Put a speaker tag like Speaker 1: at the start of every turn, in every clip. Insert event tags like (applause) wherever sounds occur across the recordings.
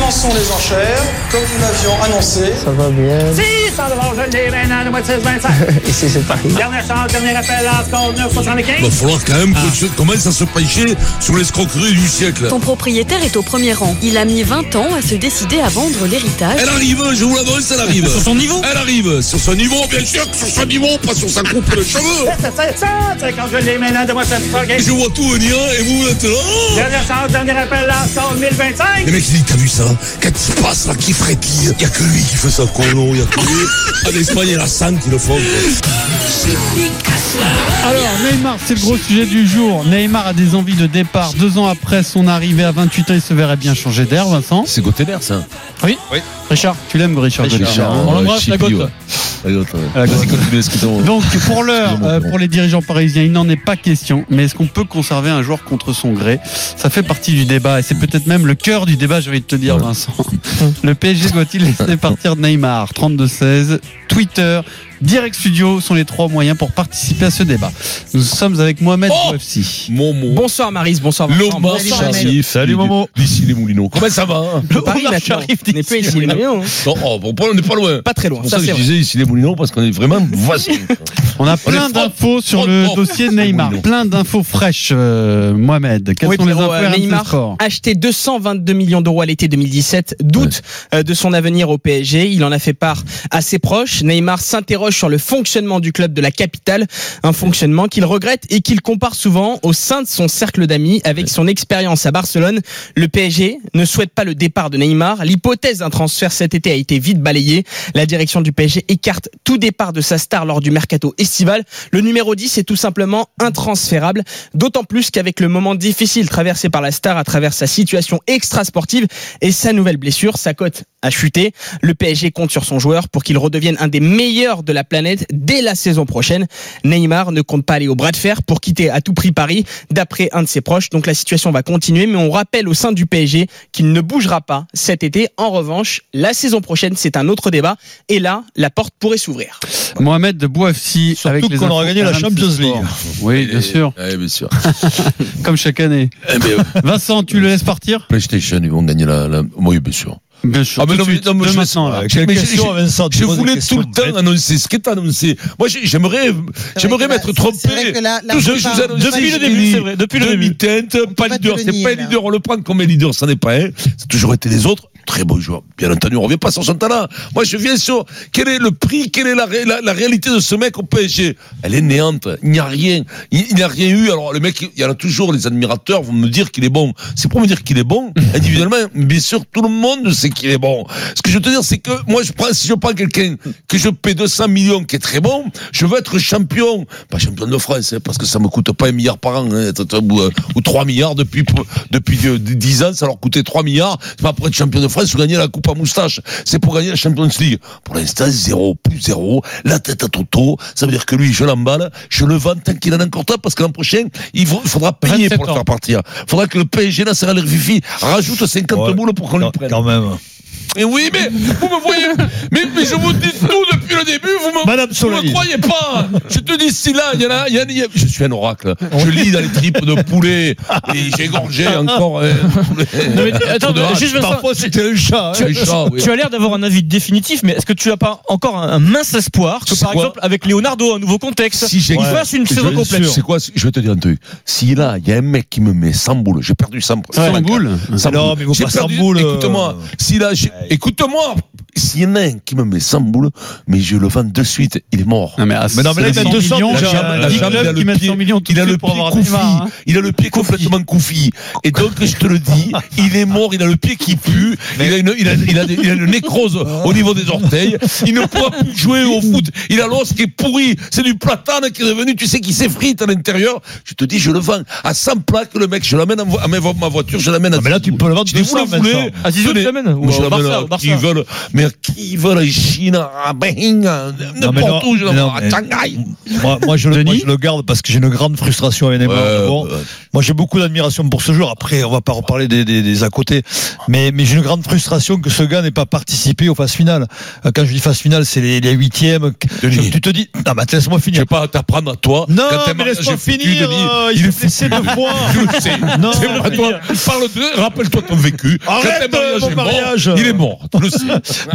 Speaker 1: lançons les enchères, comme nous l'avions annoncé.
Speaker 2: Ça va bien.
Speaker 3: 600 dollars, je l'ai maintenant, le mois de 16, 25.
Speaker 2: Ici, c'est Paris.
Speaker 3: Dernière chance, dernier appel, en score 9,75.
Speaker 4: Il va falloir quand même que tu commences à se pencher sur l'escroquerie du siècle.
Speaker 5: Ton propriétaire est au premier rang. Il a mis 20 ans à se décider à vendre l'héritage.
Speaker 4: Elle arrive, je vous l'annonce, elle arrive.
Speaker 6: Sur son niveau
Speaker 4: Elle arrive. Sur son niveau, bien sûr que sur son niveau, pas sur sa coupe de cheveux.
Speaker 3: 750, je l'ai maintenant, de mois de 16, 75.
Speaker 4: Je vois tout venir et vous maintenant. oh
Speaker 3: Dernière chance, dernier appel, en score 1025.
Speaker 4: Le mec il dit t'as vu ça Qu'est-ce qui se passe là Qui frétille Y'a que lui qui fait ça quoi non Y'a que lui Ah, En Espagne il y en a 100 qui le font quoi.
Speaker 7: Alors Neymar, c'est le gros sujet du jour. Neymar a des envies de départ. Deux ans après son arrivée à 28 ans, il se verrait bien changer d'air, Vincent.
Speaker 8: C'est côté d'air, ça.
Speaker 7: Oui. Richard, tu l'aimes Richard, Gotti, hein On l'embrasse la gotte. La gotte.
Speaker 8: Vas-y, continue, excuse-moi.
Speaker 7: Donc pour l'heure,
Speaker 8: Excusez-moi,
Speaker 7: euh,
Speaker 8: pardon.
Speaker 7: pour les dirigeants parisiens, il n'en est pas question. Mais est-ce qu'on peut conserver un joueur contre son gré Ça fait partie du débat et c'est peut-être même le cœur du débat. J'ai envie de te dire, Vincent. Le PSG
Speaker 8: (laughs)
Speaker 7: doit-il laisser partir Neymar 32-16, Twitter, Direct Studio sont les trois moyens pour participer à ce débat. Nous sommes avec Mohamed
Speaker 8: Oh
Speaker 7: Bouafsi.
Speaker 8: Momo.
Speaker 6: Bonsoir Marise, bonsoir Vincent.
Speaker 8: Lomar
Speaker 6: Bonsoir, Amel.
Speaker 8: Charif. Salut,
Speaker 7: Momo.
Speaker 8: D'ici les Moulineaux. Comment ça va hein
Speaker 6: Le Paris
Speaker 7: Omar
Speaker 6: maintenant.
Speaker 7: Sharif
Speaker 6: On n'est plus ici les Moulineaux, hein.
Speaker 8: Non, oh, bon, on n'est pas loin.
Speaker 6: Pas très loin.
Speaker 8: C'est pour
Speaker 6: Ça
Speaker 8: ça que
Speaker 6: c'est
Speaker 8: je
Speaker 6: vrai.
Speaker 8: disais ici les Moulineaux parce qu'on est vraiment
Speaker 6: (laughs)
Speaker 8: voici.
Speaker 7: On a plein
Speaker 8: est
Speaker 7: d'infos sur
Speaker 8: froid,
Speaker 7: le
Speaker 8: froid.
Speaker 7: dossier
Speaker 8: C'est
Speaker 7: Neymar.
Speaker 8: bon, non.
Speaker 7: Plein d'infos fraîches, euh, Mohamed. Quelles
Speaker 6: Oui,
Speaker 7: sont les infos
Speaker 6: Pierrot, euh,
Speaker 7: RMC
Speaker 6: Neymar
Speaker 7: Sport
Speaker 6: acheté 222 millions d'euros à l'été 2017, doute euh, de son avenir au PSG. Il en a fait part à ses proches. Neymar s'interroge sur le fonctionnement du club de la capitale, un fonctionnement qu'il regrette et qu'il compare souvent au sein de son cercle d'amis avec son expérience à Barcelone. Le PSG ne souhaite pas le départ de Neymar. L'hypothèse d'un transfert cet été a été vite balayée. La direction du PSG écarte tout départ de sa star lors du mercato estival. Le numéro 10 est tout simplement intransférable, d'autant plus qu'avec le moment difficile traversé par la star à travers sa situation extra-sportive et sa nouvelle blessure, sa cote a chuté. Le PSG compte sur son joueur pour qu'il redevienne un des meilleurs de la planète dès la saison prochaine. Neymar ne compte pas aller au bras de fer pour quitter à tout prix Paris, d'après un de ses proches. Donc la situation va continuer, mais on rappelle au sein du PSG qu'il ne bougera pas cet été. En revanche, la saison prochaine, c'est un autre débat. Et là, la porte pourrait s'ouvrir.
Speaker 7: Mohamed de Bouafsi.
Speaker 9: Surtout
Speaker 7: avec les
Speaker 9: qu'on aura
Speaker 7: infos
Speaker 9: gagné la
Speaker 7: RMC
Speaker 9: Champions
Speaker 7: Sport.
Speaker 9: League.
Speaker 7: Oui, bien sûr,
Speaker 8: Oui, Eh, bien sûr.
Speaker 7: comme chaque année.
Speaker 8: Eh bien, euh,
Speaker 7: Vincent,
Speaker 9: (laughs)
Speaker 7: tu le laisses partir
Speaker 8: PlayStation, ils vont gagner la. la... Oui, bien sûr.
Speaker 7: Bien sûr.
Speaker 8: Ah, mais
Speaker 7: tout
Speaker 8: non,
Speaker 7: de
Speaker 8: mais-
Speaker 7: suite,
Speaker 8: non, mais
Speaker 7: de
Speaker 8: je-
Speaker 7: maintenant, là.
Speaker 9: Quelle
Speaker 8: Mais
Speaker 9: question,
Speaker 8: j'ai-
Speaker 9: Vincent tu
Speaker 8: Je
Speaker 9: poses des
Speaker 8: voulais
Speaker 9: questions
Speaker 8: tout le temps
Speaker 9: bêtes.
Speaker 8: annoncer ce qui est annoncé. Moi, j'ai- j'aimerais, j'aimerais m'être trompé. Tout ce que je vous annonce-
Speaker 9: Depuis le début, c'est vrai, depuis le début.
Speaker 8: Demi-teinte, pas
Speaker 9: pas
Speaker 8: leader,
Speaker 9: te le
Speaker 8: c'est
Speaker 9: nier,
Speaker 8: pas un
Speaker 9: là.
Speaker 8: leader, on le prend comme un leader, ça n'est pas un. Ça a toujours été les autres. Très bon joueur. Bien entendu, on revient pas sur son talent. Moi, je viens sur quel est le prix, quelle est la, ré- la, la réalité de ce mec au PSG. Elle est néante. Il n'y a rien. Il, il n'a rien eu. Alors, le mec, il y en a toujours, les admirateurs vont me dire qu'il est bon. C'est pour me dire qu'il est bon.
Speaker 9: (laughs)
Speaker 8: Individuellement, bien sûr, tout le monde sait qu'il est bon. Ce que je veux te dire, c'est que moi, je prends, si je prends quelqu'un que je paie 200 millions, qui est très bon, je veux être champion. Pas champion de France, hein, parce que ça me coûte pas un milliard par an, hein, t- t- ou, euh, ou 3 milliards depuis, depuis euh, 10 ans, ça leur coûtait 3 milliards. C'est pas pour être champion de France ou gagner la coupe à moustache. C'est pour gagner la Champions League. Pour l'instant, zéro, plus zéro, la tête à Toto. Ça veut dire que lui, je l'emballe, je le vends tant qu'il en a encore temps, parce que l'an prochain, il faut- il faudra payer pour
Speaker 7: 27
Speaker 8: le
Speaker 7: ans.
Speaker 8: faire partir. Faudra que le PSG, là, Serra Fifi, rajoute 50
Speaker 9: Ouais.
Speaker 8: boules pour qu'on le
Speaker 9: Quand-
Speaker 8: prenne.
Speaker 9: Quand même.
Speaker 8: Mais oui, mais vous me voyez. Mais, mais je vous dis tout depuis le début. Vous me,
Speaker 9: Madame
Speaker 8: vous me
Speaker 9: Soleil.
Speaker 8: croyez pas. Je te dis, si là, il y en a, il y en a- il y a- Je suis un oracle. Je lis dans les tripes de poulet. Et j'ai gorgé encore. euh, poulet.
Speaker 10: Non, mais, attends,
Speaker 8: De hache.
Speaker 10: juste Vincent,
Speaker 9: Parfois, c'était un chat. hein.
Speaker 8: C'est un chat, oui.
Speaker 10: tu as l'air d'avoir un avis définitif, mais est-ce que tu n'as pas encore un, un mince espoir que,
Speaker 8: C'est
Speaker 10: par
Speaker 8: quoi
Speaker 10: exemple, avec Leonardo, un nouveau contexte,
Speaker 8: Si j'ai
Speaker 10: il fasse une saison
Speaker 8: Je-
Speaker 10: complète
Speaker 8: C'est quoi Je vais te dire un truc. Si là, il y a un mec qui me met 100 boules, j'ai perdu 100 boules.
Speaker 7: Sans boule.
Speaker 8: Sans
Speaker 9: Non,
Speaker 8: boule.
Speaker 9: mais vous
Speaker 8: J'ai
Speaker 9: pas sans
Speaker 8: perdu-
Speaker 9: boule, euh.
Speaker 8: Écoute-moi. Si là, j'ai- écoute-moi. S'il y en a un qui me met 100 boules, mais je le vends de suite, il est mort.
Speaker 7: Non, mais, à
Speaker 9: Mais non, mais là, il a
Speaker 7: 100
Speaker 9: 200
Speaker 7: millions,
Speaker 9: déjà.
Speaker 7: il y a
Speaker 9: La
Speaker 7: dix
Speaker 8: Jam,
Speaker 7: clubs
Speaker 8: il a le
Speaker 7: qui mettent
Speaker 8: pied-
Speaker 7: 100 millions tout
Speaker 8: il a
Speaker 7: de
Speaker 8: le
Speaker 7: suite pour
Speaker 8: pied
Speaker 7: avoir
Speaker 8: confit.
Speaker 7: Neymar, hein.
Speaker 8: Il a le pied complètement confit. Et donc, je te le dis, il est mort, il a le pied qui pue, il a, une, il a, il a, des- il a une nécrose au niveau des orteils, il ne pourra plus jouer au foot, il a l'os qui est pourri, c'est du platane qui est devenu, tu sais, qui s'effrite à l'intérieur. Je te dis, je le vends à 100 plaques, le mec, je l'amène à mo- à ma ma voiture, je l'amène à
Speaker 9: Ah, mais là, tu peux le vendre
Speaker 8: Je dis, vous
Speaker 9: 200,
Speaker 8: le voulez
Speaker 9: Vincent.
Speaker 10: À Zizou,
Speaker 8: Tenez.
Speaker 10: tu l'amènes Ou
Speaker 8: Moi, je
Speaker 10: au
Speaker 8: l'amène
Speaker 10: Barça,
Speaker 8: à
Speaker 10: au Barça.
Speaker 8: qui ils veulent. Mais mais qui veut la Chine à Beijing,
Speaker 9: mais non,
Speaker 8: n'importe où, je-
Speaker 9: non, mais-
Speaker 8: à Shanghai
Speaker 9: Moi, moi, je, le- moi,
Speaker 7: Denis
Speaker 9: je le garde parce que j'ai une grande frustration avec Neymar.
Speaker 8: Ouais,
Speaker 9: Bon,
Speaker 8: ouais.
Speaker 9: Moi, j'ai beaucoup d'admiration pour ce joueur. Après, on va pas reparler des, des, des à côté, mais, mais j'ai une grande frustration que ce gars n'ait pas participé aux phases finales. Euh, Quand je dis phase finale, c'est les, les huitièmes.
Speaker 8: Denis.
Speaker 9: Tu te dis, non, mais attends, laisse-moi
Speaker 8: Je
Speaker 9: finir.
Speaker 8: vais pas t'apprendre à toi.
Speaker 9: Non,
Speaker 8: Quand t'es
Speaker 9: mais
Speaker 8: marié,
Speaker 9: laisse-moi
Speaker 8: j'ai foutu,
Speaker 9: finir.
Speaker 8: Denis.
Speaker 9: euh, il est blessé deux fois.
Speaker 8: (laughs) Tu le sais.
Speaker 9: Non,
Speaker 8: C'est pas toi. Parle de, rappelle-toi ton vécu.
Speaker 9: Arrête,
Speaker 8: Quand
Speaker 9: euh, mon
Speaker 8: t'es marié,
Speaker 9: mariage.
Speaker 8: il est mort. Tu le sais.
Speaker 9: (laughs)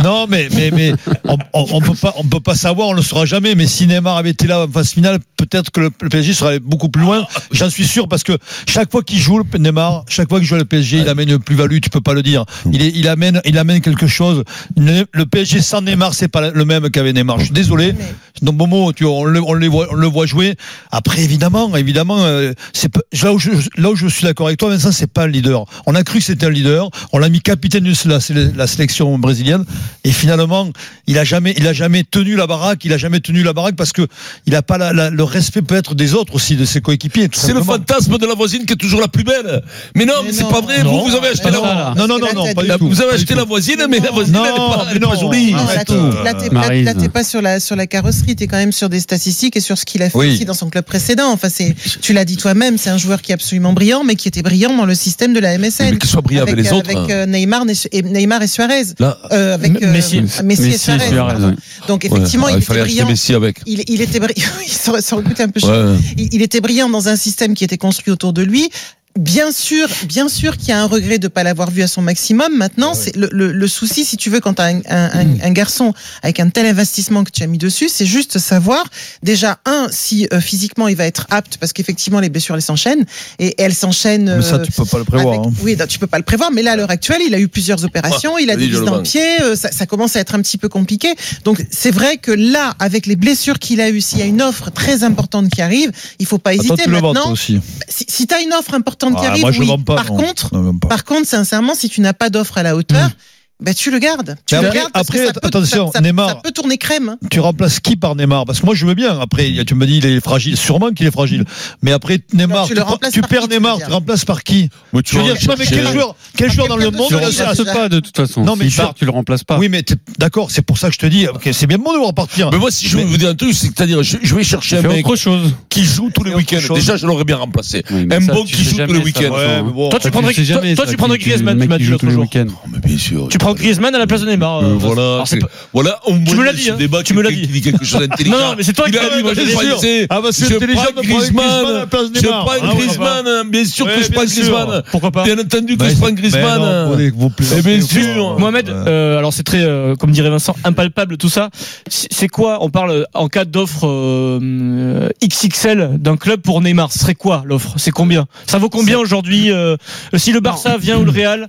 Speaker 9: Non, mais, mais, mais on, on, on peut pas, on peut pas savoir, on le saura jamais. Mais si Neymar avait été là en phase finale, peut-être que le, le PSG serait allé beaucoup plus loin.
Speaker 8: Ah,
Speaker 9: J'en suis sûr parce que chaque fois qu'il joue le Neymar, chaque fois qu'il joue le PSG, il amène une plus-value. Tu peux pas le dire. Il, est, il amène, il amène quelque chose. Ne- Le PSG sans Neymar, c'est pas le même qu'avec Neymar. Je suis désolé. Donc Momo, tu vois, on le, on les voit, on le voit jouer. Après, évidemment, évidemment, euh, c'est pas- là où je, là où je suis d'accord avec toi, Vincent, c'est pas un leader. On a cru que c'était un leader. On l'a mis capitaine de la, sé- la sélection brésilienne. Et finalement, il a jamais, il a jamais tenu la baraque. Il a jamais tenu la baraque parce que il a pas la- la- le respect peut-être des autres aussi, de ses coéquipiers. tout
Speaker 8: C'est le
Speaker 9: simplement.
Speaker 8: fantasme de la voisine qui est toujours la plus belle. Mais non, mais c'est pas vrai.
Speaker 9: Non.
Speaker 8: Eh, vous, vous avez acheté
Speaker 7: Mais
Speaker 8: la
Speaker 7: non.
Speaker 8: voisine.
Speaker 9: Non, non, non, non, pas du tout.
Speaker 8: Vous avez
Speaker 9: Pas du
Speaker 8: acheté
Speaker 9: tout.
Speaker 8: la voisine, mais la voisine,
Speaker 9: Non,
Speaker 8: elle est pas, elle est
Speaker 9: mais
Speaker 8: pas
Speaker 9: non.
Speaker 8: jolie.
Speaker 9: Ah,
Speaker 2: Non, là,
Speaker 9: Arrête,
Speaker 2: t'es-
Speaker 9: euh,
Speaker 2: là, t'es
Speaker 7: Maryse.
Speaker 2: là, t'es pas sur la, sur la carrosserie, t'es quand même sur des statistiques et sur ce qu'il a fait
Speaker 9: Oui.
Speaker 2: aussi dans son club précédent. Enfin, c'est, tu l'as dit toi-même, c'est un joueur qui est absolument brillant, mais qui était brillant dans le système de la MSN.
Speaker 8: Mais qu'il soit brillant avec les
Speaker 2: euh,
Speaker 8: autres,
Speaker 2: avec,
Speaker 8: hein.
Speaker 2: euh, Neymar, et Neymar et Suarez.
Speaker 8: Là,
Speaker 2: Euh, avec euh,
Speaker 10: Messi.
Speaker 2: Messi et
Speaker 7: Messi,
Speaker 2: Suarez.
Speaker 7: Suarez,
Speaker 2: pardon.
Speaker 7: ouais.
Speaker 2: Donc
Speaker 8: ouais.
Speaker 2: effectivement,
Speaker 8: Ah,
Speaker 2: il,
Speaker 8: il
Speaker 2: était
Speaker 8: fallait acheter
Speaker 2: brillant.
Speaker 8: Messi avec.
Speaker 2: Il, il était brillant. (laughs) Il serait- ça aurait coûté un peu cher.
Speaker 8: Ouais.
Speaker 2: Il, il était brillant dans un système qui était construit autour de lui. Bien sûr, bien sûr qu'il y a un regret de ne pas l'avoir vu à son maximum. Maintenant, c'est le, le- le souci, si tu veux, quand tu as un, un-
Speaker 9: Mm.
Speaker 2: un- un garçon avec un tel investissement que tu as mis dessus, c'est juste savoir déjà un si euh, physiquement il va être apte, parce qu'effectivement les blessures elles s'enchaînent et, et elles s'enchaînent.
Speaker 9: Mais ça,
Speaker 2: euh,
Speaker 9: tu peux pas le prévoir.
Speaker 2: avec-
Speaker 9: hein.
Speaker 2: Oui, non, tu peux pas le prévoir, mais là, à l'heure actuelle, il a eu
Speaker 9: (laughs)
Speaker 2: plusieurs opérations, il a
Speaker 8: oui,
Speaker 2: des
Speaker 8: je
Speaker 2: vis
Speaker 8: le
Speaker 2: dans le
Speaker 8: banque.
Speaker 2: pied, euh, ça, ça commence à être un petit peu compliqué. Donc, c'est vrai que là, avec les blessures qu'il a eues, s'il y a une offre très importante qui arrive, il faut pas
Speaker 9: Attends,
Speaker 2: hésiter.
Speaker 9: tu le vends toi
Speaker 2: Maintenant,
Speaker 9: aussi.
Speaker 2: si, si tu as une offre importante qui
Speaker 9: Ah,
Speaker 2: arrive,
Speaker 9: moi, je
Speaker 2: oui.
Speaker 9: vends pas.
Speaker 2: par
Speaker 9: non.
Speaker 2: contre,
Speaker 9: Non, même pas.
Speaker 2: par contre, sincèrement, si tu n'as pas d'offre à la hauteur, bah, tu le gardes. Tu
Speaker 9: Hmm. Mais
Speaker 2: le
Speaker 9: après-
Speaker 2: gardes parce que
Speaker 9: après,
Speaker 2: ça peut,
Speaker 9: attention,
Speaker 2: ça- ça-
Speaker 9: Neymar.
Speaker 2: ça peut tourner crème. hein.
Speaker 9: tu remplaces qui par Neymar Parce que moi, je veux bien. Après, tu me dis, il est fragile. Sûrement qu'il est fragile. Mais après, Neymar,
Speaker 2: Non, tu
Speaker 9: tu,
Speaker 2: le
Speaker 9: prends-
Speaker 2: remplaces
Speaker 9: tu
Speaker 2: par
Speaker 9: perds
Speaker 2: qui, tu veux
Speaker 9: Neymar,
Speaker 2: dire
Speaker 9: tu remplaces par qui
Speaker 8: Mais
Speaker 9: Tu veux dire, non, mais quel joueur, quel joueur dans le monde
Speaker 7: Tu le
Speaker 2: Suarez,
Speaker 9: à ce
Speaker 7: remplaces
Speaker 2: déjà.
Speaker 7: pas de toute façon.
Speaker 9: Non, mais
Speaker 7: S'il
Speaker 9: tu-
Speaker 7: part, tu le remplaces pas.
Speaker 9: Oui, mais t'es- d'accord, c'est pour ça que je te dis, ok, c'est bien bon de voir partir.
Speaker 8: Mais moi, si je veux vous dire un truc, c'est-à-dire, je, je vais chercher un
Speaker 7: Fais
Speaker 8: mec
Speaker 7: autre chose.
Speaker 8: qui joue tous les
Speaker 9: Fais autre
Speaker 8: week-ends.
Speaker 9: chose.
Speaker 8: Déjà, je l'aurais bien remplacé.
Speaker 7: Oui, mais
Speaker 8: Un
Speaker 7: ça,
Speaker 8: bon
Speaker 7: tu
Speaker 8: qui joue
Speaker 7: sais
Speaker 8: tous les
Speaker 7: jamais, ça,
Speaker 8: week-ends.
Speaker 7: Vincent, hein.
Speaker 9: bon.
Speaker 10: Toi, tu
Speaker 7: Ça,
Speaker 10: prendrais,
Speaker 7: sais
Speaker 10: toi,
Speaker 7: jamais,
Speaker 10: toi,
Speaker 7: ça,
Speaker 10: tu prendrais
Speaker 7: qui-
Speaker 10: Griezmann,
Speaker 7: le
Speaker 10: tu
Speaker 7: mec
Speaker 10: m'as
Speaker 7: qui
Speaker 10: dit
Speaker 7: joue tous
Speaker 10: l'autre
Speaker 7: les
Speaker 10: jour.
Speaker 7: week-ends.
Speaker 8: Oh, Mais bien sûr.
Speaker 10: Tu prends Griezmann à la place de Neymar.
Speaker 8: Euh,
Speaker 10: euh,
Speaker 8: voilà,
Speaker 10: alors, c'est
Speaker 8: c'est-
Speaker 10: pas-
Speaker 8: voilà, au moins
Speaker 10: me l'as
Speaker 8: ce
Speaker 10: dit, hein.
Speaker 8: débat,
Speaker 10: Tu me l'as
Speaker 8: quelqu'un
Speaker 10: dit.
Speaker 8: qui dit quelque chose d'intelligent.
Speaker 10: (laughs) Non, non, mais c'est toi
Speaker 8: Il
Speaker 10: qui
Speaker 8: a
Speaker 10: l'as
Speaker 8: dit,
Speaker 10: dit,
Speaker 8: moi, je
Speaker 10: bien sûr.
Speaker 8: pensais,
Speaker 9: Ah, bah, c'est
Speaker 8: je
Speaker 9: intelligent
Speaker 8: prends
Speaker 9: de prendre Griezmann à la place de
Speaker 8: je
Speaker 9: Neymar.
Speaker 8: prends
Speaker 9: Ah, ouais,
Speaker 8: Griezmann, bien sûr que
Speaker 9: Ouais,
Speaker 8: je prends
Speaker 9: bien sûr.
Speaker 8: Griezmann.
Speaker 10: Pourquoi pas
Speaker 8: Bien entendu que je prends Griezmann.
Speaker 10: hein
Speaker 8: Eh bien sûr.
Speaker 10: Mohamed, euh, alors c'est très, euh, comme dirait Vincent, impalpable tout ça. C- C'est quoi On parle euh, en cas d'offre euh, XXL d'un club pour Neymar. Ce serait quoi l'offre C'est combien Ça vaut combien aujourd'hui euh, Si le Barça vient ou le Real,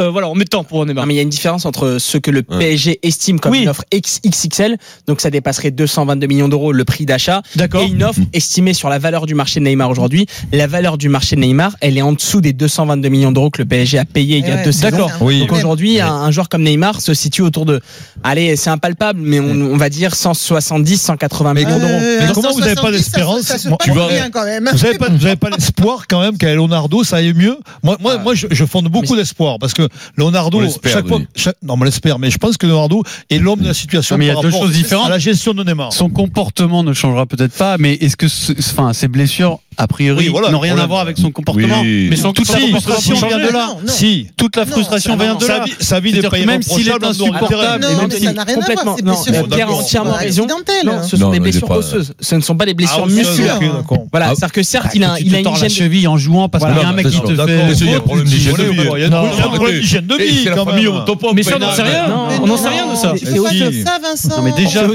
Speaker 10: euh, voilà, on met tant pour Neymar.
Speaker 6: Non, mais il y a une différence entre ce que le
Speaker 8: Ouais.
Speaker 6: PSG estime comme
Speaker 10: Oui.
Speaker 6: une offre XXL, donc ça dépasserait 222 millions d'euros le prix d'achat,
Speaker 10: D'accord.
Speaker 6: et une offre estimée sur la valeur du marché de Neymar aujourd'hui. La valeur du marché de Neymar, elle est en dessous des 222 millions d'euros que le PSG a payé il y a
Speaker 2: Eh ouais, Euh,
Speaker 6: deux
Speaker 2: c'est
Speaker 6: saisons.
Speaker 10: D'accord.
Speaker 2: un
Speaker 9: Oui.
Speaker 6: Donc
Speaker 2: problème.
Speaker 6: aujourd'hui, un, un joueur comme Neymar se situe autour de, allez, c'est impalpable, mais on, on va dire 170, 180 millions d'euros.
Speaker 2: Euh,
Speaker 9: Mais comment vous avez pas
Speaker 2: 170,
Speaker 9: d'espérance
Speaker 2: ça se- ça se
Speaker 9: Moi,
Speaker 2: passe
Speaker 9: tu vas-
Speaker 2: bien, quand même.
Speaker 9: Vous n'avez pas, vous avez pas l'espoir quand même qu'à Leonardo ça aille mieux Moi,
Speaker 10: Ah.
Speaker 9: moi, moi je, je fonde beaucoup d'espoir parce que Leonardo,
Speaker 8: On l'espère,
Speaker 9: chaque fois,
Speaker 8: Denis.
Speaker 9: chaque- non, on l'espère, mais je pense que Leonardo est l'homme de la situation
Speaker 7: Non, mais il y a
Speaker 9: par
Speaker 7: deux
Speaker 9: rapport
Speaker 7: choses différentes.
Speaker 9: à la gestion de Neymar.
Speaker 7: Oh. Son comportement ne changera peut-être pas, mais est-ce que ce- enfin, ses blessures, a priori,
Speaker 9: Oui, voilà,
Speaker 7: n'ont rien
Speaker 9: problème.
Speaker 7: à voir avec son comportement
Speaker 8: Oui.
Speaker 7: Mais son, toute,
Speaker 9: Si,
Speaker 7: la
Speaker 9: si,
Speaker 7: frustration
Speaker 9: on
Speaker 7: vient
Speaker 9: vient
Speaker 7: de
Speaker 2: Non,
Speaker 7: là.
Speaker 2: non, non.
Speaker 9: Si,
Speaker 7: Toute la
Speaker 2: Non,
Speaker 7: frustration
Speaker 2: ça-
Speaker 7: vient de
Speaker 9: sa
Speaker 7: là.
Speaker 9: vie, sa vie n'est
Speaker 7: C'est-à-dire
Speaker 9: pas
Speaker 7: que même s'il est
Speaker 9: irréprochable, on
Speaker 7: insupportable,
Speaker 9: regarde.
Speaker 2: Ah Non, mais ça n'a rien à voir,
Speaker 6: complètement,
Speaker 2: ces
Speaker 6: non,
Speaker 2: blessures.
Speaker 9: Bon,
Speaker 6: Pierre a
Speaker 9: d'accord.
Speaker 6: entièrement
Speaker 2: Voilà,
Speaker 6: raison.
Speaker 2: accidentelles.
Speaker 6: Non, ce sont
Speaker 8: Non,
Speaker 6: des
Speaker 8: non, il est
Speaker 6: blessures
Speaker 8: pas-
Speaker 6: osseuses, ce ne sont pas des
Speaker 9: Ah,
Speaker 6: blessures
Speaker 9: oui,
Speaker 6: musculaires.
Speaker 9: ok, d'accord.
Speaker 6: Voilà,
Speaker 8: Ah,
Speaker 6: c'est-à-dire que certes,
Speaker 7: Il
Speaker 6: il a, il a une
Speaker 7: la
Speaker 6: gêne
Speaker 7: cheville en jouant parce qu'il y a un mec qui te fait.
Speaker 8: il y a un problème d'hygiène de vie.
Speaker 9: Il y a
Speaker 8: Non,
Speaker 9: un problème
Speaker 8: arrêtez.
Speaker 9: d'hygiène de
Speaker 8: Eh,
Speaker 9: vie
Speaker 8: c'est la
Speaker 9: quand
Speaker 8: famille,
Speaker 9: même.
Speaker 8: on t'en
Speaker 10: Mais ça, on n'en sait rien.
Speaker 6: Non,
Speaker 2: Mais
Speaker 10: on
Speaker 2: non,
Speaker 10: n'en sait rien de ça.
Speaker 2: mais
Speaker 6: C'est
Speaker 2: faut pas
Speaker 9: Eh,
Speaker 6: osseux.
Speaker 2: dire ça, Vincent.
Speaker 7: Non, mais déjà,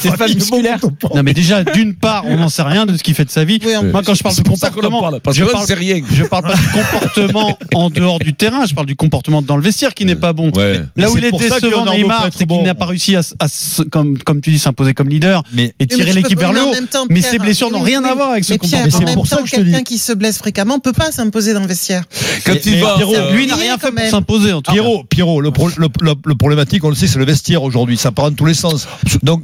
Speaker 6: C'est pas musculaire.
Speaker 7: non, mais déjà, d'une part, on n'en sait rien de ce qu'il fait de sa vie.
Speaker 2: Oui, en
Speaker 7: Moi, quand je parle de
Speaker 8: C'est pour ça qu'on en
Speaker 7: comportement,
Speaker 8: parle. Parce
Speaker 7: je
Speaker 8: que là,
Speaker 7: parle-
Speaker 8: c'est rien.
Speaker 7: je parle pas du comportement en dehors du terrain, je parle du comportement dans le vestiaire qui n'est pas bon.
Speaker 8: Ouais.
Speaker 7: Là où
Speaker 9: C'est
Speaker 7: il est
Speaker 9: pour ça que
Speaker 7: décevant
Speaker 9: Leonardo peut
Speaker 7: Neymar,
Speaker 9: être
Speaker 7: c'est
Speaker 9: bon.
Speaker 7: qu'il n'a pas réussi à, s- à s- comme, comme tu dis, s'imposer comme leader
Speaker 9: Mais-
Speaker 7: et
Speaker 2: Mais
Speaker 7: tirer
Speaker 2: tu peux
Speaker 7: l'équipe
Speaker 2: pas-
Speaker 7: vers
Speaker 2: mais
Speaker 7: le
Speaker 2: en
Speaker 7: haut.
Speaker 2: même temps,
Speaker 7: Mais
Speaker 2: Pierre,
Speaker 7: ses blessures n'ont
Speaker 2: oui,
Speaker 7: rien
Speaker 2: oui,
Speaker 7: à voir avec ce
Speaker 2: mais Pierre,
Speaker 7: comportement.
Speaker 2: en
Speaker 7: C'est
Speaker 2: même
Speaker 7: pour ça
Speaker 2: temps,
Speaker 7: que je te dis.
Speaker 2: quelqu'un qui se blesse fréquemment peut pas s'imposer dans le vestiaire.
Speaker 8: Quand il
Speaker 9: Mais
Speaker 8: va.
Speaker 9: Pierrot,
Speaker 8: euh,
Speaker 7: Lui, il n'a
Speaker 2: oublié
Speaker 7: rien
Speaker 2: quand
Speaker 7: fait pour
Speaker 2: même.
Speaker 7: s'imposer,
Speaker 8: Ah
Speaker 7: en
Speaker 9: Ah,
Speaker 7: tout cas.
Speaker 9: Pierrot, Pierrot, le, pro- le- le- le problématique, on le sait, c'est le vestiaire aujourd'hui. Ça part dans tous les sens. Donc,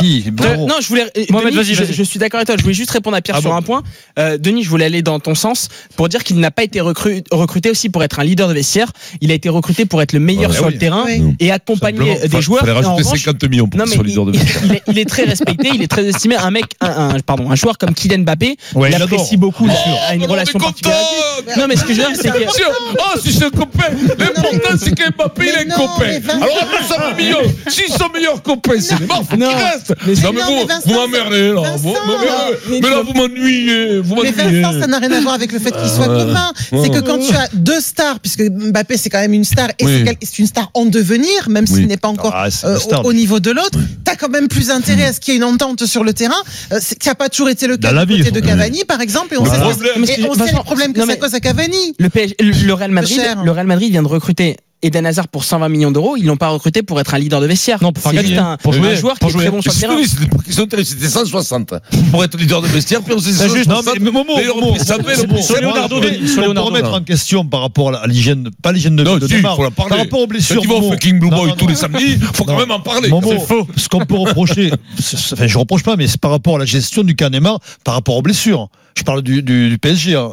Speaker 9: Qui
Speaker 6: Euh,
Speaker 9: Bravo.
Speaker 6: non, je voulais. euh,
Speaker 10: Mohamed,
Speaker 6: Denis,
Speaker 10: vas-y,
Speaker 6: je,
Speaker 10: vas-y.
Speaker 6: je suis d'accord avec toi. Je voulais juste répondre à Pierre
Speaker 9: Ah
Speaker 6: sur
Speaker 9: bon
Speaker 6: un point. Euh, Denis, je voulais aller dans ton sens pour dire qu'il n'a pas été recru- recruté aussi pour être un leader de vestiaire. Il a été recruté pour être le meilleur
Speaker 8: Ouais,
Speaker 6: sur
Speaker 8: oui.
Speaker 6: le terrain
Speaker 2: Oui.
Speaker 6: et accompagner
Speaker 8: Simplement,
Speaker 6: des
Speaker 8: fa-
Speaker 6: joueurs.
Speaker 8: Fallait
Speaker 6: Et en
Speaker 8: rajouter
Speaker 6: revanche,
Speaker 8: 50 millions pour
Speaker 6: non,
Speaker 8: qu'il
Speaker 6: mais
Speaker 8: soit leader
Speaker 6: il,
Speaker 8: de
Speaker 6: il est, il est très respecté, il est très estimé. Un mec, un, un- pardon, un joueur comme Kylian Mbappé,
Speaker 9: Ouais,
Speaker 6: il
Speaker 9: j'adore.
Speaker 6: apprécie beaucoup, il a une
Speaker 8: Oh,
Speaker 6: relation
Speaker 8: on est
Speaker 6: particulière. avec lui. Non, mais ce que je veux dire, c'est que
Speaker 8: Monsieur, oh, si c'est un copain, l'important c'est qu'Mbappé il est
Speaker 2: Mais
Speaker 8: un
Speaker 2: non,
Speaker 8: copain.
Speaker 2: mais Vincent-
Speaker 8: Alors, à 200 millions, s'ils sont meilleurs copains, c'est les morts, faut qu'ils
Speaker 6: Non.
Speaker 8: restent.
Speaker 6: Mais
Speaker 8: Non, mais
Speaker 2: non,
Speaker 8: vous,
Speaker 2: mais Vincent,
Speaker 8: vous m'emmerdez, là.
Speaker 2: Vincent,
Speaker 8: Vous- mais-
Speaker 2: là.
Speaker 8: mais- Mais là, vous m'ennuyez, vous
Speaker 2: Mais
Speaker 8: m'ennuyez.
Speaker 2: Vincent, ça n'a rien à voir avec le fait qu'il soit
Speaker 8: ouais.
Speaker 2: copain. C'est que quand tu as deux stars, puisque Mbappé c'est quand même une star et
Speaker 8: Oui.
Speaker 2: c'est quel- c'est une star en devenir, même
Speaker 8: Oui.
Speaker 2: s'il n'est pas encore
Speaker 9: Ah, c'est une
Speaker 2: euh, au-
Speaker 9: star,
Speaker 2: au,
Speaker 9: lui.
Speaker 2: niveau de l'autre, t'as quand même plus intérêt à ce qu'il y ait une entente sur le terrain. Euh, c'est- ça n'a pas toujours été le cas
Speaker 9: Dans la
Speaker 2: du
Speaker 9: vie,
Speaker 2: côté de
Speaker 9: oui.
Speaker 2: Cavani, par exemple, et on
Speaker 8: Le
Speaker 2: sait, ce-
Speaker 8: problème-
Speaker 2: et on sait
Speaker 6: Vincent,
Speaker 2: le problème que
Speaker 6: non,
Speaker 2: ça
Speaker 6: mais- Ah,
Speaker 2: cause à Cavani.
Speaker 6: Le, PSG, le le Real Madrid,
Speaker 2: cher.
Speaker 6: le Real Madrid vient de recruter Eden Hazard pour 120 millions d'euros. Ils l'ont pas recruté pour être un leader de vestiaire.
Speaker 10: Non, pour faire
Speaker 6: C'est juste
Speaker 10: gagner,
Speaker 6: un,
Speaker 10: pour
Speaker 6: un
Speaker 10: jouer,
Speaker 6: joueur
Speaker 10: pour
Speaker 6: qui est très
Speaker 10: jouer.
Speaker 6: bon sur le terrain.
Speaker 8: Excusez-moi, c'était pas question de tarif, c'était 160 pour être leader de vestiaire, puis on s'est
Speaker 9: C'est juste-
Speaker 8: Non, Ben, mais
Speaker 9: mais Momo,
Speaker 8: mais on
Speaker 9: Momo,
Speaker 8: peut saper
Speaker 9: c'est
Speaker 8: le mot.
Speaker 9: pour-
Speaker 8: Sur
Speaker 10: Leonardo,
Speaker 9: moi, je
Speaker 10: Denis,
Speaker 9: voulais-
Speaker 10: sur
Speaker 9: pour
Speaker 10: Leonardo,
Speaker 9: remettre
Speaker 10: non.
Speaker 9: en question par rapport à l'hygiène, pas l'hygiène de,
Speaker 8: Non,
Speaker 9: de
Speaker 8: si,
Speaker 9: Neymar,
Speaker 8: faut en parler.
Speaker 9: par rapport aux blessures.
Speaker 8: Quand tu vas au
Speaker 9: Momo.
Speaker 8: fucking Blue
Speaker 9: Non,
Speaker 8: Boy
Speaker 9: non,
Speaker 8: tous
Speaker 9: non.
Speaker 8: les samedis, faut quand
Speaker 9: Non.
Speaker 8: même en parler.
Speaker 9: Momo, Ce qu'on peut reprocher, c'est- c'est- enfin, je reproche pas, mais c'est par rapport à la gestion du cas Neymar, par rapport aux blessures. Je parle du, du, du PSG. hein.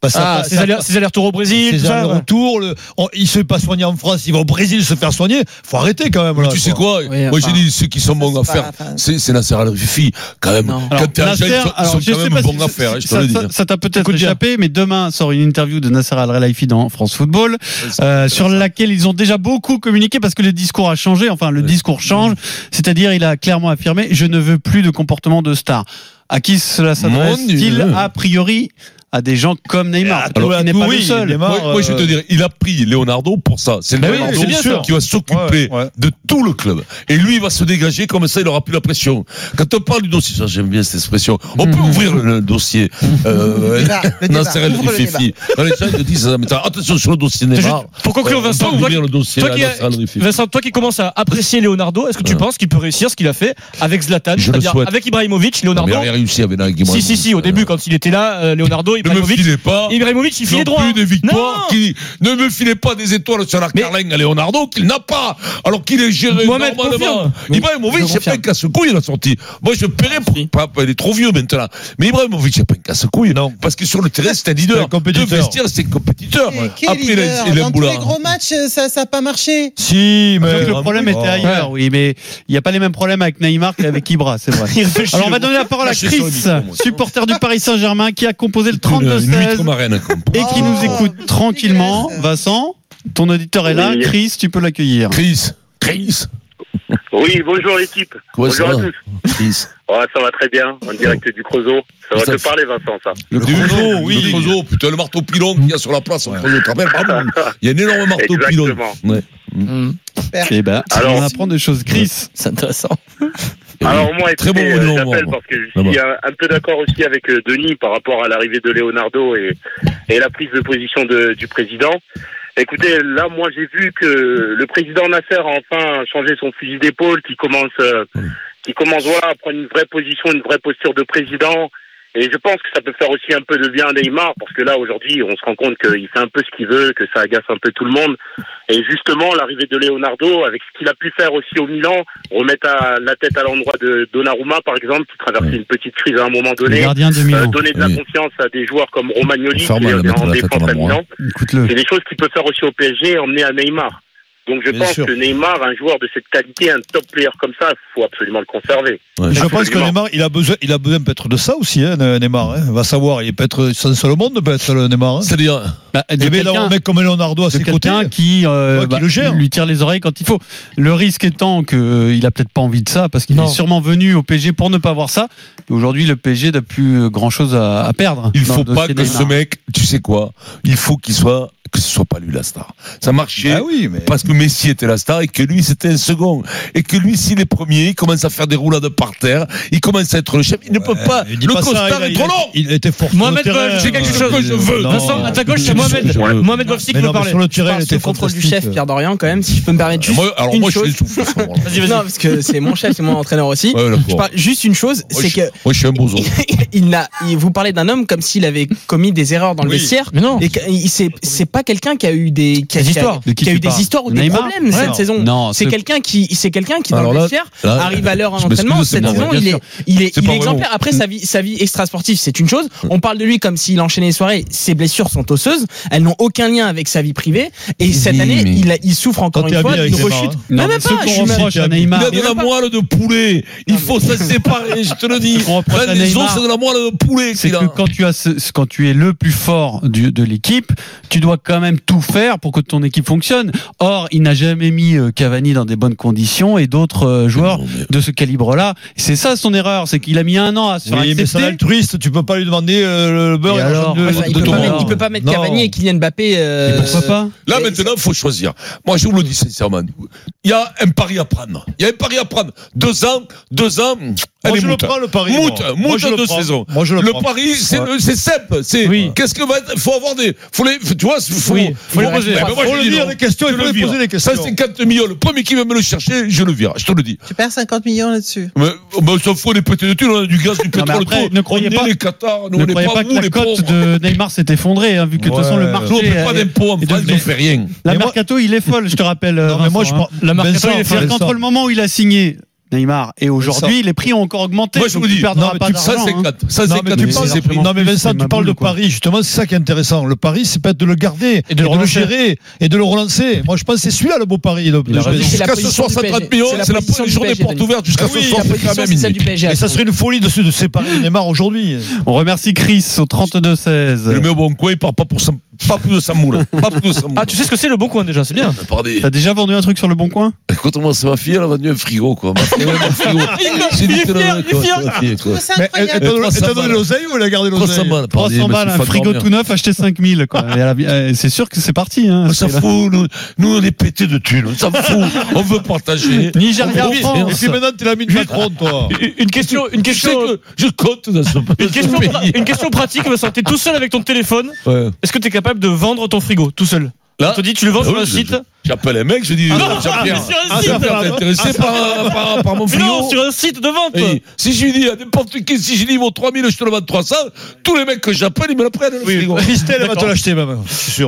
Speaker 9: Parce que
Speaker 10: Ah,
Speaker 9: ça-
Speaker 10: ces
Speaker 9: ça-
Speaker 10: allers- ces allers-retours au Brésil,
Speaker 9: ces
Speaker 10: tout ça. ouais.
Speaker 9: allers-retours, le- on- il se fait pas soigner en France, il va au Brésil se faire soigner. Faut arrêter quand même.
Speaker 8: Mais
Speaker 9: là,
Speaker 8: tu sais
Speaker 9: quoi.
Speaker 8: quoi
Speaker 6: Oui,
Speaker 8: Moi
Speaker 6: enfin,
Speaker 8: j'ai dit ceux qui sont bons à
Speaker 2: c'est pas-
Speaker 8: faire,
Speaker 2: enfin-
Speaker 8: c'est c'est Nasser Al-Rifi quand même.
Speaker 6: Non.
Speaker 8: Quand t'es un
Speaker 7: Nasser,
Speaker 8: jeune, ils sont- ils
Speaker 7: alors,
Speaker 8: sont
Speaker 7: je
Speaker 8: quand
Speaker 7: sais
Speaker 8: même
Speaker 7: pas
Speaker 8: bons
Speaker 7: si-
Speaker 8: à faire, hein, je te
Speaker 7: ça,
Speaker 8: le dis.
Speaker 7: ça- ça t'a peut-être
Speaker 9: Écoute bien.
Speaker 7: échappé, mais demain sort une interview de Nasser Al-Khelaifi dans France Football, euh, sur laquelle ils ont déjà beaucoup communiqué parce que le discours a changé. Enfin, le discours change.
Speaker 8: Mm.
Speaker 7: C'est-à-dire, il a clairement affirmé je ne veux plus de comportement de star. À qui cela s'adresse-t-il
Speaker 8: Dieu.
Speaker 7: A priori, à des gens comme Neymar.
Speaker 9: Alors,
Speaker 7: il n'est pas
Speaker 9: oui,
Speaker 7: le seul.
Speaker 9: Neymar,
Speaker 8: Moi, moi, je vais te
Speaker 9: euh,
Speaker 8: dire, il a pris Leonardo pour ça. C'est
Speaker 9: Bah oui,
Speaker 8: Leonardo
Speaker 9: c'est bien sûr.
Speaker 8: qui va s'occuper
Speaker 9: Ouais, ouais.
Speaker 8: de tout le club. Et lui, il va se dégager comme ça, il aura plus la pression. Quand on parle du dossier, ça, j'aime bien cette expression. On
Speaker 10: Mhm.
Speaker 8: peut ouvrir le, le dossier.
Speaker 10: (laughs)
Speaker 8: Euh,
Speaker 2: débat, le débat.
Speaker 8: Nasser
Speaker 2: Ouvre le
Speaker 8: Al-Rifi. Non, Les gens ils le disent, ça m'étonne. attention sur le dossier Neymar.
Speaker 10: Pour conclure,
Speaker 8: euh,
Speaker 10: Vincent,
Speaker 8: on peut
Speaker 10: toi
Speaker 8: ouvrir le dossier
Speaker 10: toi
Speaker 8: à
Speaker 10: qui-
Speaker 8: Nasser Al-Rifi.
Speaker 10: Vincent, toi qui commences à apprécier Leonardo, est-ce que tu
Speaker 8: Ouais.
Speaker 10: penses qu'il peut réussir ce qu'il a fait avec Zlatan,
Speaker 8: Je le
Speaker 10: c'est-à-dire
Speaker 8: souhaite.
Speaker 10: avec Ibrahimovic,
Speaker 8: Non,
Speaker 10: Leonardo
Speaker 8: mais il a rien réussi avec Nagui.
Speaker 10: Si, si, si, au début, quand il était là, euh, Leonardo,
Speaker 8: Ne me
Speaker 10: Ibrahimovic,
Speaker 8: filez pas.
Speaker 10: Ibrahimovic, il
Speaker 8: non
Speaker 10: filait droit. hein.
Speaker 8: plus des
Speaker 10: Non,
Speaker 8: victoires qui ne me filez pas des étoiles sur la
Speaker 10: Mais-
Speaker 8: carlingue à Leonardo qu'il n'a pas alors qu'il est géré
Speaker 10: Mohamed,
Speaker 8: normalement
Speaker 10: confirme.
Speaker 8: Ibrahimovic
Speaker 6: Je
Speaker 8: c'est pas
Speaker 6: confirme.
Speaker 8: un casse-couille la sortie moi je paierais pour pas, il est trop vieux maintenant mais Ibrahimovic c'est pas un casse-couille
Speaker 9: Non.
Speaker 8: parce que sur le terrain c'est un leader
Speaker 9: C'est un compétiteur.
Speaker 8: de vestiaire c'est un compétiteur
Speaker 2: Et quel
Speaker 8: après il a-
Speaker 2: leader.
Speaker 8: il a un
Speaker 2: Dans tous
Speaker 8: boulard
Speaker 2: les gros matchs, ça n'a pas marché.
Speaker 9: Si, mais
Speaker 7: Donc, le problème était ailleurs, oui, mais il n'y a pas les mêmes problèmes avec Neymar qu'avec Ibra, c'est vrai. Alors on va donner la parole à
Speaker 8: Lâchez sur
Speaker 7: Chris,
Speaker 8: le micro, moi.
Speaker 7: supporter du Paris Saint-Germain, qui a composé le
Speaker 8: Une- une huître
Speaker 7: 32-16
Speaker 8: marraine comme
Speaker 7: et
Speaker 2: Oh,
Speaker 7: qui nous écoute tranquillement.
Speaker 2: dégueulasse.
Speaker 7: Vincent, ton auditeur est là.
Speaker 11: Oui.
Speaker 7: Chris, tu peux l'accueillir.
Speaker 8: Chris Chris
Speaker 11: Oui, bonjour l'équipe.
Speaker 8: Quoi,
Speaker 11: bonjour
Speaker 8: ça
Speaker 11: à
Speaker 8: va
Speaker 11: tous.
Speaker 8: Chris
Speaker 11: Oh, ça va très bien, en direct du Creusot. Ça va
Speaker 8: Ça-
Speaker 11: te parler, Vincent, ça.
Speaker 8: le
Speaker 9: Creusot,
Speaker 8: Creusot,
Speaker 9: oui.
Speaker 8: le Creusot, putain, le marteau pilon qu'il y a sur la place, au Creusot, tu te rappelles, pardon, il y a un énorme marteau pilon.
Speaker 11: Exactement.
Speaker 8: Ouais.
Speaker 7: Eh ben,
Speaker 11: Alors-
Speaker 7: on apprend des choses, Chris.
Speaker 6: C'est intéressant.
Speaker 11: Alors moi,
Speaker 8: Eh Très bon Ah
Speaker 11: écoutez,
Speaker 8: mot de
Speaker 11: euh,
Speaker 8: l'homme,
Speaker 11: j'appelle
Speaker 8: moi.
Speaker 11: parce que je suis un, un peu d'accord aussi avec euh, Denis par rapport à l'arrivée de Leonardo et, et la prise de position de- du président. Écoutez, là, moi, j'ai vu que le président Nasser a enfin changé son fusil d'épaule, qui commence, euh, qui commence voilà, à prendre une vraie position, une vraie posture de président. Et je pense que ça peut faire aussi un peu de bien à Neymar, parce que là, aujourd'hui, on se rend compte qu'il fait un peu ce qu'il veut, que ça agace un peu tout le monde. Et justement, l'arrivée de Leonardo, avec ce qu'il a pu faire aussi au Milan, remettre à- la tête à l'endroit de Donnarumma, par exemple, qui traversait une petite crise à un moment
Speaker 7: Le
Speaker 11: donné,
Speaker 7: gardien de
Speaker 11: euh,
Speaker 7: Milan.
Speaker 11: donner de la
Speaker 8: Oui.
Speaker 11: confiance à des joueurs comme Romagnoli, qui
Speaker 8: Faire mal de
Speaker 11: est
Speaker 8: mettre
Speaker 11: en
Speaker 8: la tête à
Speaker 11: défense à
Speaker 8: l'endroit.
Speaker 11: Milan.
Speaker 7: Écoute-le.
Speaker 11: C'est des choses qu'il peut faire aussi au PSG et emmener à Neymar. Donc je
Speaker 9: Bien
Speaker 11: pense
Speaker 9: sûr.
Speaker 11: que Neymar, un joueur de cette qualité, un top player comme ça, faut absolument le conserver.
Speaker 9: Je pense que
Speaker 11: Absolument.
Speaker 9: Neymar, il a besoin, il a besoin peut-être de ça aussi, hein, Neymar. hein. Va savoir, il peut être sans seul au monde, peut être le Neymar. hein.
Speaker 8: C'est-à-dire,
Speaker 7: Bah, de
Speaker 9: Et bien là,
Speaker 7: quelqu'un-
Speaker 9: un mec comme Leonardo à
Speaker 7: de
Speaker 9: ses côtés.
Speaker 7: quelqu'un qui, euh,
Speaker 9: Ouais, qui
Speaker 7: bah,
Speaker 9: le gère.
Speaker 7: lui tire les oreilles quand il faut. Le risque étant que euh, il a peut-être pas envie de ça parce qu'il est sûrement venu au PSG pour ne pas voir ça. Mais Aujourd'hui, le PSG n'a plus euh, grand-chose à, à perdre.
Speaker 8: Il
Speaker 7: dans
Speaker 8: faut
Speaker 7: le
Speaker 8: pas
Speaker 7: dossier
Speaker 8: que
Speaker 7: Neymar.
Speaker 8: ce mec, tu sais quoi, il faut qu'il soit, que ce soit pas lui la star. Ça marchait.
Speaker 9: Ah oui, mais.
Speaker 8: Parce que Messi était la star et que lui c'était un second. Et que lui, s'il est premier, il commence à faire des roulades par terre. Il commence à être le chef. Il ne peut pas.
Speaker 9: il dit
Speaker 8: Le
Speaker 9: pas ça,
Speaker 8: costard
Speaker 9: il a-
Speaker 8: est trop long.
Speaker 9: Il était fort. sur
Speaker 10: Mohamed
Speaker 9: le terrain.
Speaker 10: Baffi, j'ai quelque
Speaker 9: Euh,
Speaker 10: chose
Speaker 8: que je veux.
Speaker 9: non,
Speaker 10: Vincent, à ta gauche, c'est
Speaker 9: je-
Speaker 10: Mohamed.
Speaker 9: je-
Speaker 10: Mohamed Bofsik
Speaker 9: Mais
Speaker 10: veut
Speaker 9: non, mais
Speaker 10: parler.
Speaker 9: Sur le terrain,
Speaker 6: Par
Speaker 9: il
Speaker 6: ce
Speaker 9: était
Speaker 6: contrôle du
Speaker 9: fantastique.
Speaker 6: chef Pierre Dorian quand même, si je peux me permettre juste
Speaker 8: Ah, Moi, alors
Speaker 6: une
Speaker 8: moi, je
Speaker 6: chose.
Speaker 8: suis soufflé. à ce moment-là.
Speaker 10: Vas-y, vas-y.
Speaker 6: Non, parce que c'est mon chef, c'est mon entraîneur aussi.
Speaker 8: Ouais, d'accord.
Speaker 6: je parle juste une chose,
Speaker 8: Moi,
Speaker 6: c'est
Speaker 8: je-
Speaker 6: que
Speaker 8: Moi, je suis un
Speaker 9: (laughs)
Speaker 8: bozo.
Speaker 6: il n'a, il- vous parlez d'un homme comme s'il avait commis des erreurs dans le
Speaker 8: Oui.
Speaker 6: vestiaire.
Speaker 10: Mais non.
Speaker 6: Et que- il- c'est c'est pas quelqu'un qui a eu des qui a,
Speaker 10: Des
Speaker 6: qui a-
Speaker 10: histoires.
Speaker 7: De qui
Speaker 6: qui a
Speaker 7: tu
Speaker 6: eu des
Speaker 7: parles
Speaker 6: histoires ou des
Speaker 7: Neymar
Speaker 6: problèmes
Speaker 7: Ouais.
Speaker 6: cette saison.
Speaker 7: Non,
Speaker 6: c'est
Speaker 7: ce-
Speaker 6: quelqu'un qui c'est quelqu'un qui dans
Speaker 8: Alors
Speaker 6: le
Speaker 8: là,
Speaker 6: vestiaire
Speaker 8: là,
Speaker 6: arrive à l'heure en
Speaker 8: Ah, je m'excuse,
Speaker 6: entraînement.
Speaker 8: c'est
Speaker 6: Cette
Speaker 8: mon
Speaker 6: saison,
Speaker 8: vrai
Speaker 6: il est
Speaker 8: dire.
Speaker 6: il est,
Speaker 8: C'est
Speaker 6: il
Speaker 8: pas
Speaker 6: est
Speaker 8: vraiment.
Speaker 6: exemplaire. Après sa vie sa vie extra sportive, c'est une chose. On parle de lui comme s'il enchaînait les soirées. Ses blessures sont osseuses, elles n'ont aucun lien avec sa vie privée. Et cette
Speaker 8: Oui,
Speaker 6: année,
Speaker 8: mais-
Speaker 6: il, a- il souffre encore
Speaker 9: Quand
Speaker 6: une
Speaker 9: t'es
Speaker 6: fois
Speaker 9: habillé
Speaker 6: d'une
Speaker 9: avec Neymar,
Speaker 6: rechute.
Speaker 9: hein.
Speaker 6: Non,
Speaker 7: Non,
Speaker 6: même
Speaker 7: mais
Speaker 6: pas.
Speaker 7: ceux
Speaker 6: je suis
Speaker 7: qu'on
Speaker 6: même-
Speaker 7: reproche à
Speaker 8: Il
Speaker 7: Neymar.
Speaker 8: a de la moelle de poulet. Il faut
Speaker 9: (laughs)
Speaker 8: s'en séparer, je te le dis.
Speaker 7: On reproche à
Speaker 8: Même Les os,
Speaker 7: Neymar.
Speaker 8: c'est de la moelle de poulet
Speaker 7: C'est
Speaker 8: qu'il
Speaker 7: que
Speaker 8: a.
Speaker 7: quand tu, as ce- ce- quand tu es le plus fort du- de l'équipe, tu dois quand même tout faire pour que ton équipe fonctionne. Or, il n'a jamais mis euh, Cavani dans des bonnes conditions et d'autres euh, joueurs
Speaker 8: Non, mais-
Speaker 7: de ce calibre-là. C'est ça son erreur, c'est qu'il a mis un an à se faire
Speaker 9: Oui, mais c'est un
Speaker 7: accepter.
Speaker 9: altruiste, tu peux pas lui demander euh, le beurre
Speaker 7: Et
Speaker 9: et l'argent
Speaker 7: alors
Speaker 9: de-
Speaker 6: Enfin,
Speaker 9: de
Speaker 6: il, peut
Speaker 9: ton
Speaker 6: pas
Speaker 7: Thomas.
Speaker 6: mettre, il
Speaker 9: beurre.
Speaker 6: peut pas mettre
Speaker 9: Non.
Speaker 6: Cavani et Kylian Mbappé. euh,
Speaker 7: Et pourquoi pas
Speaker 8: Là,
Speaker 6: Et-
Speaker 8: maintenant, il faut choisir. Moi, je vous le dis sincèrement. Il y a un pari à prendre. Il y a un pari à prendre. Deux ans, deux ans,
Speaker 9: Moi,
Speaker 8: allez,
Speaker 9: je le
Speaker 8: moute.
Speaker 9: prends le pari.
Speaker 8: Moute,
Speaker 9: moi.
Speaker 8: moute
Speaker 9: Moi, je le
Speaker 8: de
Speaker 9: prends.
Speaker 8: saison.
Speaker 9: Moi je le
Speaker 8: Le
Speaker 9: prends.
Speaker 8: pari, c'est
Speaker 9: Ouais.
Speaker 8: le- c'est simple. C'est
Speaker 7: Oui.
Speaker 8: qu'est-ce que va être- faut avoir des, faut les, tu vois, faut,
Speaker 7: Oui,
Speaker 8: faut les poser.
Speaker 6: répondre.
Speaker 8: Eh ben, moi,
Speaker 9: Faut
Speaker 8: je
Speaker 9: le
Speaker 8: dis hein.
Speaker 9: dire,
Speaker 8: non.
Speaker 9: les questions,
Speaker 8: Je
Speaker 9: il faut
Speaker 8: le
Speaker 9: les
Speaker 8: vire.
Speaker 9: poser, les questions.
Speaker 8: 150 millions, le premier qui va me le chercher, je le vire. Je te le dis.
Speaker 2: Tu perds 50 millions là-dessus.
Speaker 8: Mais, mais on s'en fout des petites études, on a hein, du gaz, du
Speaker 7: mais
Speaker 8: pétrole,
Speaker 7: après,
Speaker 8: tout.
Speaker 7: ne croyez
Speaker 8: On est
Speaker 7: pas-
Speaker 8: les Qatars, nous,
Speaker 7: ne
Speaker 8: on n'est
Speaker 7: croyez
Speaker 8: pas,
Speaker 7: pas que
Speaker 8: vous,
Speaker 7: la
Speaker 8: les
Speaker 7: cote
Speaker 8: pauvres.
Speaker 7: de Neymar s'est effondrée, hein, vu que de toute façon le
Speaker 9: Ouais.
Speaker 8: Nous, on
Speaker 7: marché.
Speaker 8: ne paye pas
Speaker 7: euh,
Speaker 8: d'impôts en
Speaker 7: et de-
Speaker 8: France, on ne fait rien.
Speaker 7: La
Speaker 9: Mais moi-
Speaker 7: mercato, il est folle, je te rappelle.
Speaker 9: Non, mais moi, je prends-
Speaker 7: La mercato,
Speaker 9: Vincent,
Speaker 7: il est folle.
Speaker 9: Vincent.
Speaker 7: Entre le moment où il a signé Neymar et aujourd'hui, les prix ont encore augmenté.
Speaker 8: Moi, je
Speaker 7: donc
Speaker 8: vous
Speaker 7: tu
Speaker 8: dis,
Speaker 7: perdras
Speaker 9: non, mais
Speaker 7: pas
Speaker 9: tu-
Speaker 8: Ça,
Speaker 7: d'argent,
Speaker 8: c'est
Speaker 7: hein.
Speaker 8: quatre. Ça,
Speaker 9: Non
Speaker 8: c'est
Speaker 9: mais,
Speaker 8: quatre.
Speaker 9: tu
Speaker 7: mais
Speaker 9: parles-
Speaker 7: c'est vraiment
Speaker 9: non, mais
Speaker 7: plus,
Speaker 9: Vincent,
Speaker 7: c'est ma
Speaker 9: tu parles
Speaker 7: boule,
Speaker 9: de
Speaker 7: quoi.
Speaker 9: Paris, justement, c'est ça qui est intéressant. Le Paris, c'est pas de le garder, et de, le,
Speaker 10: relancer.
Speaker 9: gérer, et de le relancer. Moi, je pense que c'est celui-là le beau Paris. de- de-
Speaker 7: a raison.
Speaker 6: C'est la
Speaker 8: Jusqu'à ce
Speaker 6: position
Speaker 8: soir,
Speaker 6: du
Speaker 8: 130
Speaker 6: PSG.
Speaker 8: millions,
Speaker 6: C'est la
Speaker 8: c'est la
Speaker 6: position du
Speaker 8: journée
Speaker 6: PSG,
Speaker 8: porte
Speaker 6: Denis.
Speaker 8: ouverte jusqu'à ce
Speaker 6: Oui,
Speaker 8: soir,
Speaker 6: la
Speaker 8: c'est quand
Speaker 6: position,
Speaker 8: même
Speaker 6: c'est celle du
Speaker 8: minute.
Speaker 6: PSG.
Speaker 9: Et ça serait une folie de se de séparer Neymar aujourd'hui.
Speaker 7: On remercie Chris au
Speaker 8: Le
Speaker 7: 32-16.
Speaker 8: mets au bon coin, il part pas pour cent- pas plus de 100 moules.
Speaker 6: (laughs)
Speaker 8: Pas plus de 100 moules.
Speaker 10: Ah, tu sais ce que c'est le bon coin déjà, c'est bien.
Speaker 8: Pardon.
Speaker 7: T'as déjà vendu un truc sur le bon coin
Speaker 8: (laughs) Écoute-moi, c'est ma fille, elle a vendu un frigo, quoi. Ma fille, elle a vendu un frigo. J'ai dit que non, quoi, c'est ma fille,
Speaker 2: Je
Speaker 8: quoi.
Speaker 2: trouve ça
Speaker 9: Mais elle- elle
Speaker 2: incroyable.
Speaker 9: t'a donné- elle
Speaker 8: 300
Speaker 9: t'a donné
Speaker 8: balles.
Speaker 9: l'oseille ou elle a gardé l'oseille
Speaker 8: 300 balles, pardon, Eh ben,
Speaker 7: 300
Speaker 8: mais je
Speaker 7: balles, un
Speaker 8: suis pas
Speaker 7: frigo
Speaker 8: dormir.
Speaker 7: tout neuf acheté 5000. quoi. Et elle a bien- euh, C'est sûr que c'est parti. hein.
Speaker 8: On s'en
Speaker 7: C'est-
Speaker 8: fout, nous, nous, on est pétés de thunes, on s'en fout, on veut partager.
Speaker 7: Nigeria,
Speaker 8: On veut-
Speaker 7: France.
Speaker 9: Et puis maintenant, t'es l'ami de Macron, toi.
Speaker 10: Une question, une
Speaker 8: Je sais
Speaker 10: question.
Speaker 8: que je compte dans ce
Speaker 10: Une
Speaker 8: dans ce
Speaker 10: question, pra-
Speaker 8: pays.
Speaker 10: une question pratique, Vincent. T'es tout seul avec ton téléphone.
Speaker 8: Ouais.
Speaker 10: Est-ce que t'es capable de vendre ton frigo tout seul
Speaker 8: Là,
Speaker 10: On te dit, tu le vends
Speaker 8: Ah
Speaker 10: sur
Speaker 8: oui,
Speaker 10: un
Speaker 8: je-
Speaker 10: site.
Speaker 8: J'appelle un mec, je dis, euh, Jean-Pierre,
Speaker 10: mais sur un
Speaker 8: Jean-Pierre,
Speaker 10: site,
Speaker 8: t'es intéressé par, par, par mon
Speaker 10: Mais non,
Speaker 8: frigo
Speaker 10: sur un site de vente.
Speaker 8: Et si je lui dis à n'importe qui, si je dis il vaut 3000, je te le vends 300, tous les mecs que j'appelle, ils me le prennent le frigo.
Speaker 9: Christelle elle va te l'acheter, même. Je suis sûr.